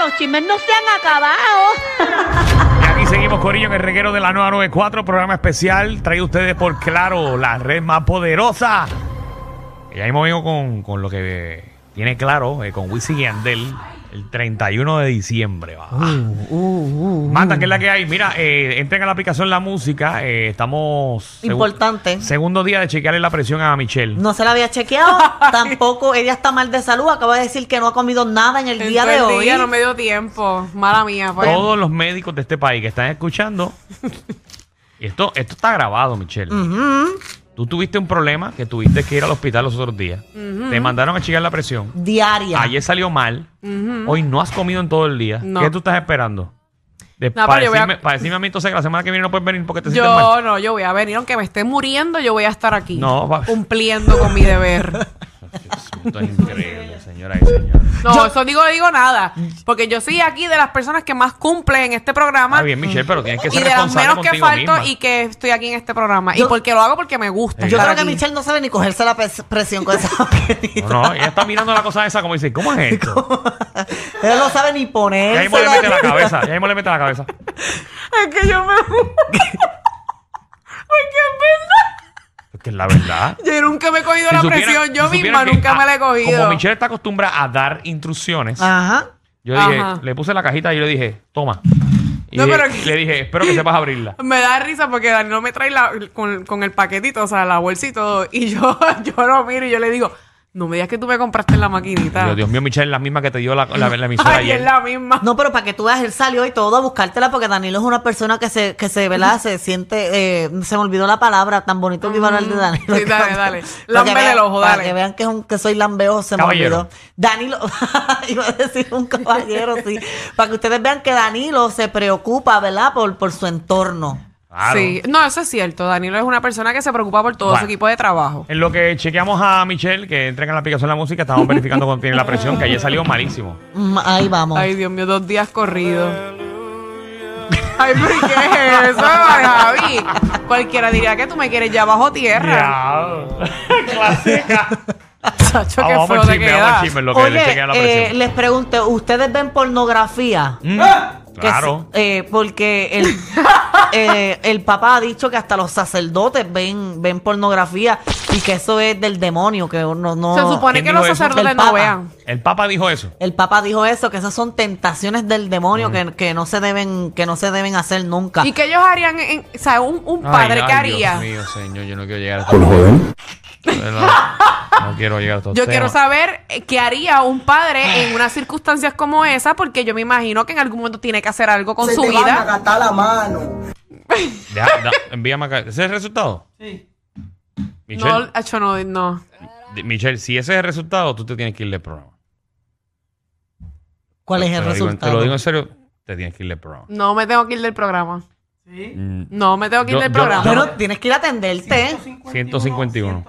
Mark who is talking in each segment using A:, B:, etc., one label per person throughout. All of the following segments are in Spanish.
A: Los chismes no se han acabado.
B: Y aquí seguimos, Corillo, en el reguero de la 994, programa especial traído a ustedes por Claro, la red más poderosa. Y ahí vengo con, con lo que tiene Claro, eh, con Wisin y Andel, el 31 de diciembre. va. Mata, que es la que hay. Mira, eh, entren a la aplicación La Música. eh, estamos... segu-
A: Importante.
B: Segundo día de chequearle la presión a Michelle.
A: No se la había chequeado, tampoco ella está mal de salud, acaba de decir que no ha comido nada en el
C: En
A: día
C: todo
A: de
C: el
A: hoy.
C: día no me dio tiempo. Mala mía. Pues.
B: Todos los médicos de este país que están escuchando. y esto, esto está grabado, Michelle. Tú tuviste un problema que tuviste que ir al hospital los otros días. Te mandaron a chequear la presión.
A: Diaria.
B: Ayer salió mal. Hoy no has comido en todo el día.
C: No.
B: ¿Qué tú estás esperando? De-
C: No,
B: para,
C: pero yo voy a-
B: decirme, para decirme a mí entonces que la semana que viene no puedes venir porque te sientes mal.
C: Yo no, yo voy a venir. Aunque me esté muriendo, yo voy a estar aquí.
B: No, va-
C: Cumpliendo con mi deber.
B: Esto es increíble, señora y señor.
C: No, eso digo, digo nada. Porque yo soy aquí de las personas que más cumplen en este programa.
B: Está bien, Michelle, pero tienes que
C: y
B: ser
C: de las
B: responsable
C: menos que
B: contigo
C: falto
B: misma.
C: y que estoy aquí en este programa.
A: Yo-
C: y porque lo hago porque me gusta.
A: Yo
C: estar
A: creo que
C: aquí.
A: Michelle no sabe ni cogerse la pres- presión con esa boquerita.
B: No, no, ella está mirando la cosa esa como dice, ¿cómo es esto?
A: Ella no sabe ni
B: Ya mismo le
A: ponérsela.
B: mete la cabeza, ya mismo le mete la cabeza.
C: Es que yo me. porque es
B: Es Pues que es la verdad.
C: verdad. Yo nunca me he cogido
B: Si
C: la
B: supiera-
C: presión. Yo
B: si
C: misma
B: supiera que,
C: nunca
B: ah,
C: me la he cogido. Ah.
B: Como Michelle está acostumbrada a dar instrucciones,
A: Ajá.
B: yo dije,
C: Ajá.
B: le puse la cajita y yo le dije, toma. Y
C: No,
B: dije-
C: pero que-
B: le dije, espero que sepas abrirla.
C: Me da risa porque Danilo me trae la- con, con el paquetito, o sea, la bolsa y todo. Y yo, yo lo miro y yo le digo, no me digas que tú me compraste en la maquinita.
B: Yo, Dios mío, Michelle es la misma que te dio la, la, la emisora
C: Ah. Ay, es
B: ayer.
C: la misma.
A: No, pero para que tú veas, él salió y todo a buscártela porque Danilo es una persona que se, que se, ¿verdad? Se siente, eh, se me olvidó la palabra tan bonito que iba a hablar de Danilo.
C: Sí, dale, dale.
A: Para que
C: Lámbele
A: vean-
C: el ojo,
A: para
C: dale.
A: que vean que, es un- que soy lambeoso, se
B: Caballero.
A: me olvidó. Danilo, iba a decir un caballero, sí. Para que ustedes vean que Danilo se preocupa, ¿verdad? Por, por su entorno.
B: Claro.
C: Sí, no, eso es cierto. Danilo es una persona que se preocupa por todo
B: Bueno.
C: su equipo de trabajo.
B: En lo que chequeamos a Michelle, que entrega en la aplicación de la música, estamos verificando cuando tiene la presión, que ayer salió malísimo.
A: Mm, Ahí vamos.
C: Ay, Dios mío, dos días corridos. Ay, pero ¿y ¿qué es eso, Javi? Cualquiera diría que tú me quieres ya bajo tierra.
B: Clásica.
C: Chacho,
B: Ah,
C: qué
B: vamos
C: feo
B: al
C: te
B: chisme, vamos
C: queda.
B: al chisme, en lo que le
A: Oye,
B: chequea la
A: eh,
B: presión.
A: les pregunto, ¿ustedes ven pornografía?
B: Mm,
A: Que
B: claro.
A: sí, eh, porque el, eh, el Papa ha dicho que hasta los sacerdotes ven, ven pornografía y que eso es del demonio, que no... no
C: Se supone
B: ¿Quién
C: que
B: dijo
C: los
B: eso?
C: sacerdotes
A: El Papa.
C: no vean.
B: El Papa dijo eso.
A: El Papa dijo eso, que esas son tentaciones del demonio que, que no se deben que no se deben hacer nunca.
C: ¿Y que ellos harían? En, o sea, un, un padre,
B: Ay,
C: ¿qué
B: ay,
C: haría?
B: Dios mío, señor, yo no quiero llegar a estos temas. No, no quiero llegar a estos
C: Yo
B: temas.
C: quiero saber eh, qué haría un padre
B: Ah.
C: en unas circunstancias como esa, porque yo me imagino que en algún momento tiene que hacer algo con su vida.
D: la mano.
B: Deja- da- envíame acá. ¿Ese es el resultado? Sí.
C: No,
B: Michelle,
C: hecho no, no.
B: di- Michelle, si ese es el resultado, tú te tienes que ir del programa.
A: ¿Cuál es
B: Te
A: el
B: lo digo-
A: resultado?
B: te lo digo en serio, te tienes que ir del programa.
C: No me tengo que ir del programa.
B: Mm,
C: No me tengo que ir
B: Yo-
C: del
B: yo-
C: programa.
B: yo no-
A: Pero tienes que ir a atenderte.
B: 151.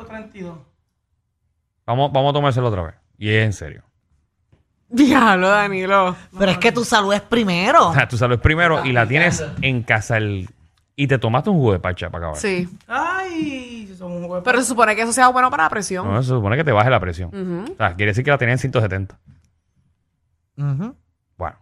B: Vamos, vamos a tomárselo otra vez. Y es en serio.
C: Diablo, Danilo.
A: Pero es que tu salud es primero.
B: O sea, tú sabes primero y la tienes en casa el- y te tomaste un jugo de pacha para acabar.
C: Sí.
D: Ay, yo soy un huevo.
C: Pero se supone que eso sea bueno para la presión.
B: No, se supone que te baje la presión.
A: Mm.
C: Ujú.
B: O sea, quiere decir que la tenías en 170.
A: Ujú.
B: Bueno.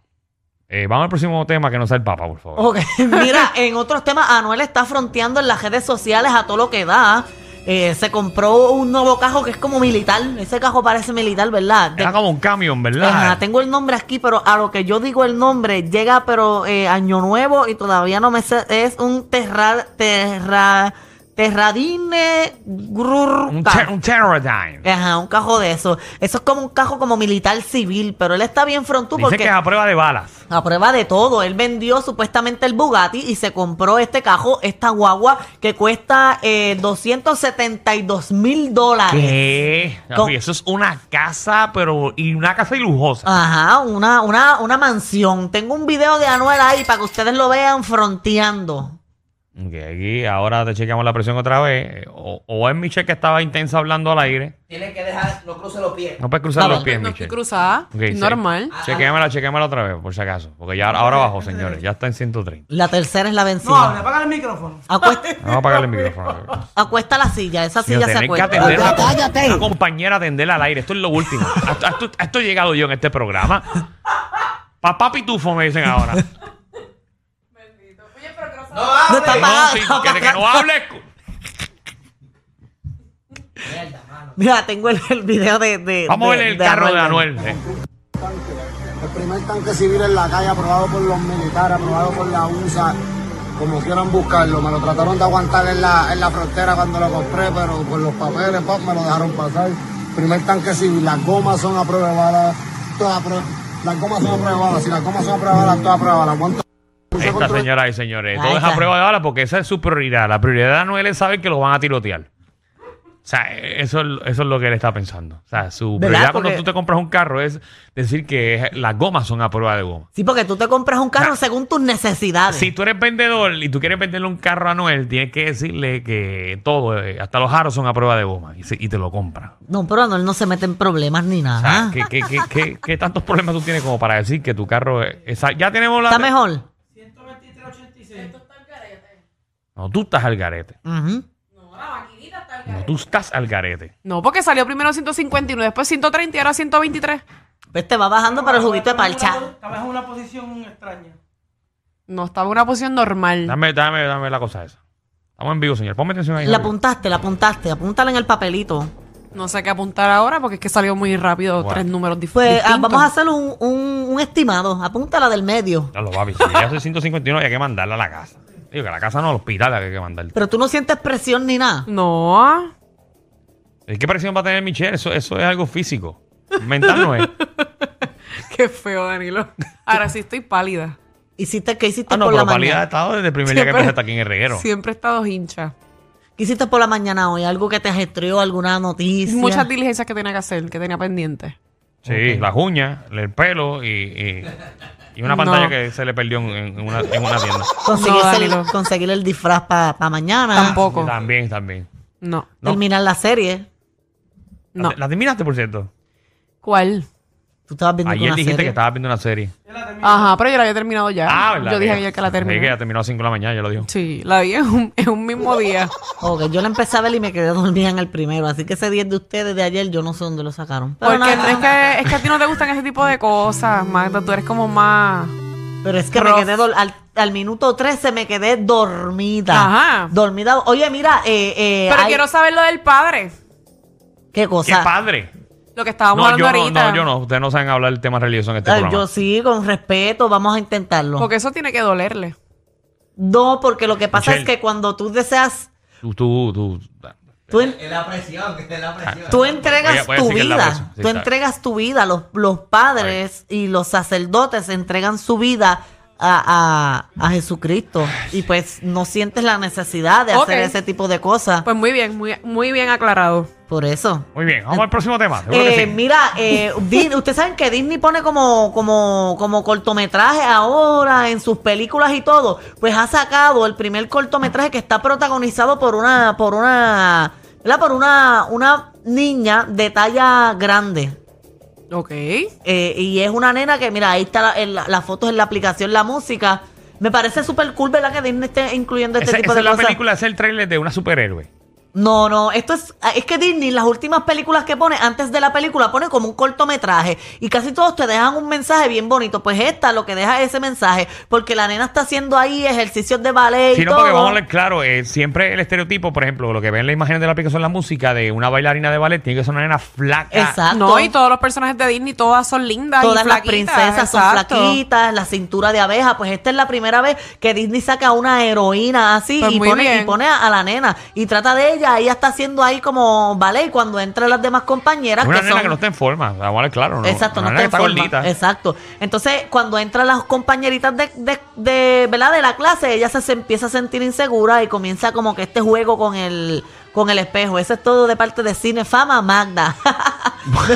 B: Eh, vamos al próximo tema que no sea el Papa,
A: Oh,
B: por favor.
A: Ok, Mira, en otros temas, Anuel está fronteando en las redes sociales a todo lo que da. eh, se compró un nuevo cajo que es como militar. Ese cajo parece militar, ¿verdad? De-
B: Era como un camión, ¿verdad?
A: Ajá, tengo el nombre aquí, pero a lo que yo digo el nombre llega, pero eh, año nuevo y todavía no me sé. Es un terra, terra, terradine grurca.
B: un, ter- un Teradyne.
A: Ajá, un cajo de eso. Eso es como un cajo como militar civil, pero él está bien frontú
B: Dice
A: porque
B: que es a prueba de balas.
A: a prueba de todo. Él vendió supuestamente el Bugatti y se compró este cajo, esta guagua que cuesta eh, 272 mil dólares.
B: ¿Qué?
A: Ah, Con- Ah.
B: Y eso es una casa, pero. Y una casa y lujosa.
A: Ajá, una, una, una mansión. Tengo un video de Anuel ahí para que ustedes lo vean fronteando.
B: Ok, aquí ahora te chequeamos la presión otra vez. O, o es Michelle que estaba intensa hablando al aire.
D: Tienes que dejar, no cruce los pies.
B: No puedes cruzar
A: No,
B: los pies,
C: No estoy
B: Michelle.
C: cruzada.
B: Ok, sí.
C: normal.
B: Chequéamela, chequéamela otra vez, por si acaso. Porque ya ahora bajó, señores. Ya está en 130.
A: La tercera es la
D: No, hable,
A: vencida.
D: apaga el micrófono.
A: Acuesta,
B: Vamos a apagar el micrófono.
A: acuesta la silla, esa
B: Yo
A: silla se
B: tener que
A: acuesta.
B: atender a una compañera atenderla al aire. Esto es lo último. A esto- a esto, a esto he llegado yo en este programa. Papá pitufo me dicen ahora. No,
D: No hable.
A: No está apagada,
B: sí,
A: está
B: que, que no
A: apagada.
B: hables.
A: Mira, tengo el, el video de, de-
B: Vamos a
A: de-
B: ver el carro de
A: Anuel.
B: Anuel. eh.
E: tanque. El primer tanque civil en la calle, aprobado por los militares, aprobado por la USA, como quieran buscarlo. Me lo trataron de aguantar en la, en la frontera cuando lo compré, pero por los papeles pap, me lo dejaron pasar. Primer tanque civil, las gomas son aprobadas, todas apro- las gomas son aprobadas, si las gomas son aprobadas, todas aprobadas. ¿Cuánto?
B: Esta señora y señores.
A: Ahí
B: Todo es a
A: está.
B: prueba de bala porque esa es su prioridad. La prioridad de Anuel es saber que lo van a tirotear. O sea, eso, es- eso es lo que él está pensando. O sea, su
A: ¿Verdad?
B: prioridad cuando
A: Porque-
B: tú te compras un carro es decir que es- las gomas son a prueba de goma.
A: Sí, porque tú te compras un carro
B: Ah.
A: según tus necesidades.
B: Si tú eres vendedor y tú quieres venderle un carro a Noel, tienes que decirle que todo, eh, hasta los aros son a prueba de goma y, se- y te lo compra.
A: No, pero Anuel no se mete en problemas ni
B: O sea,
A: nada.
B: ¿qué, qué, qué, qué- qué tantos problemas tú tienes como para decir que tu carro es... esa- ya tenemos la...
A: Está mejor.
B: No, tú estás al garete.
A: Ujú.
B: No, tú estás al garete.
C: No, porque salió primero 159, después 130 y ahora 123.
A: Pues te va bajando para el juguito de parcha.
D: Estabas en una posición extraña.
C: No, estaba en una posición normal.
B: Dame, dame, dame la cosa esa. Estamos en vivo, señor. Ponme atención ahí.
A: La
B: Javier.
A: apuntaste, la apuntaste. Apúntala en el papelito.
C: No sé qué apuntar ahora porque es que salió muy rápido
B: Wow.
C: tres números dif-
A: Pues ah,
C: distintos.
A: vamos a hacer un, un- un estimado. Apúntala del medio.
B: Ya lo papi. Si ya soy 151, hay que mandarla a la casa. Digo que a la casa no, al hospital hay que mandarla.
A: Pero tú no sientes presión ni nada.
C: No.
B: ¿Qué presión va a tener Michelle? Eso, eso es algo físico. Mental no es.
C: Qué feo, Danilo. Ahora sí estoy pálida.
A: ¿Hiciste, ¿Qué hiciste
B: Ah, no,
A: por la
B: pero calidad de
A: mañana?
B: estado desde el primer día que
C: Siempre-
B: empezaste aquí en el reguero.
C: Siempre he estado hincha.
A: ¿Qué hiciste por la mañana hoy? ¿Algo que te gestreó? ¿Alguna noticia?
C: Muchas diligencias que tenía que hacer, que tenía pendientes.
B: Sí, las uñas, el pelo y, y- y una
C: No.
B: pantalla que se le perdió en, en una, en una tienda.
A: conseguir,
C: No,
A: el,
C: Danilo.
A: conseguir el disfraz para mañana.
C: Tampoco.
B: También, también.
C: No,
B: no.
A: Terminar la serie.
C: no.
B: ¿La, la terminaste, por cierto?
C: ¿Cuál?
A: Tú estabas viendo
B: Ayer
A: una
B: dijiste
A: serie.
B: que estabas viendo una serie.
C: Ajá, pero yo la había terminado ya.
B: Ah, ¿verdad?
C: Yo dije ayer que la
B: Sí, que
C: terminé.
B: la terminó a las 5 de la mañana, ya lo dijo.
C: Sí, la vi en un, en un mismo día.
A: Ok, yo la empecé a ver y me quedé dormida en el primero. Así que ese 10 de ustedes de ayer yo no sé dónde lo sacaron. Pero,
C: Porque
A: nada,
C: es, que, es que a ti no te gustan ese tipo de cosas, Magda. Tú eres como más...
A: pero es que me
C: Prof.
A: quedé dol- al, al minuto 13 me quedé dormida.
C: Ajá.
A: Dormida. Oye, mira, eh, eh,
C: Pero
A: ay,
C: quiero saber lo del padre.
A: ¿qué
B: ¡Qué
A: cosa?
B: padre!
C: Lo que estábamos
B: No,
C: hablando
B: yo no,
C: ahorita.
B: no, yo no. Ustedes no saben hablar del tema religioso en este
A: Ay,
B: programa.
A: yo sí, con respeto, vamos a intentarlo.
C: Porque eso tiene que dolerle.
A: No, porque lo que pasa
B: Michelle.
A: es que cuando tú deseas,
B: Tú, tú, tú.
A: tú, en-
D: Es la presión, es la presión.
A: tú entregas
B: voy a
A: tu
B: decir que es la
A: vida,
B: próxima. Sí,
A: tú
B: está.
A: entregas tu vida, los, los padres y los sacerdotes entregan su vida a, a- a Jesucristo y pues no sientes la necesidad de
C: Ok.
A: hacer ese tipo de cosas.
C: Pues muy bien, muy, muy bien aclarado.
A: Por eso.
B: Muy bien, vamos al próximo tema. Seguro
A: Eh,
B: que sí.
A: Mira, eh, Di- ustedes saben que Disney pone como, como, como cortometraje ahora en sus películas y todo. Pues ha sacado el primer cortometraje que está protagonizado por una, por una, ¿verdad? Por una, una niña de talla grande.
C: Ok.
A: Eh, y es una nena que, mira, ahí está la- el- las fotos en la aplicación, la música. Me parece súper cool, ¿verdad? Que Disney esté incluyendo este
B: Esa,
A: tipo
B: esa
A: de
B: es la
A: cosas.
B: película, ese es el trailer de una superhéroe.
A: No, no, esto es, ah, es que Disney las últimas películas que pone antes de la película pone como un cortometraje y casi todos te dejan un mensaje bien bonito, pues esta lo que deja es ese mensaje porque la nena está haciendo ahí ejercicios de ballet y
B: Sí, no,
A: todo.
B: porque vamos a hablar claro, eh, siempre el estereotipo, por ejemplo, lo que ven en las imágenes de la película son la música de una bailarina de ballet, tiene que ser una nena flaca.
A: Exacto.
C: No, y todos los personajes de Disney, todas son lindas. y
A: Todas las
C: flaquitas,
A: princesas son
C: exacto.
A: flaquitas, la cintura de abeja. Pues esta es la primera vez que Disney saca una heroína así
C: Pues
A: y,
C: muy
A: pone, y
C: bien.
A: pone a, a la nena y trata de ella. Ella está haciendo ahí como ballet y cuando entran las demás compañeras
B: Una
A: que
B: nena
A: son...
B: que no está en forma, vamos a hablar claro. No,
A: Exacto,
B: Una
A: no
B: nena
A: está
B: que
A: en
B: está
A: forma.
B: gordita.
A: Exacto. Entonces, cuando entran las compañeritas de, de, de, ¿verdad? de la clase, ella se, se empieza a sentir insegura y comienza como que este juego con el, con el espejo. Eso es todo de parte de Cinefama Magda.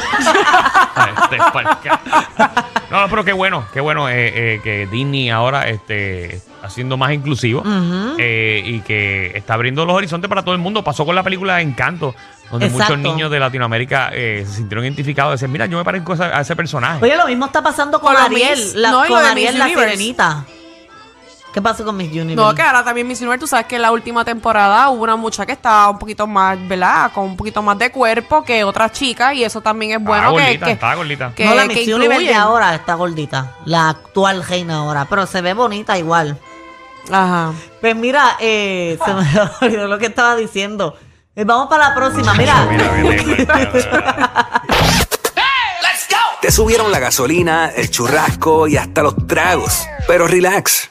B: Este, pa'l ca- no, no, pero qué bueno, qué bueno eh, eh, que Disney ahora este, está siendo más inclusivo eh, y que está abriendo los horizontes para todo el mundo. Pasó con la película Encanto, donde
A: Exacto.
B: muchos niños de Latinoamérica eh, se sintieron identificados. Decían, mira, yo me parezco a esa- a ese personaje.
A: Oye, lo mismo está pasando con,
C: Con la
A: Ariel,
C: Miss-
A: la,
C: no, y lo
A: con
C: de
A: Ariel
C: Miss
A: la
C: Universe.
A: sirenita. ¿Qué pasó con Miss Universe?
C: No, que ahora también Miss Universe, tú sabes que en la última temporada hubo una muchacha que estaba un poquito más, ¿verdad? Con un poquito más de cuerpo que otra chica y eso también es bueno
B: estaba
C: que,
B: gordita,
C: que-
B: estaba gordita.
C: que-
A: No, la
C: que
A: Miss Universe de
C: incluyen.
A: ahora está gordita, la actual reina ahora, pero se ve bonita igual.
C: Ajá.
A: Pues mira, eh, se me olvidó lo que estaba diciendo. Eh, vamos para la próxima,
B: Mira, mira, mira, mira.
F: Te subieron la gasolina, el churrasco y hasta los tragos. Pero relax,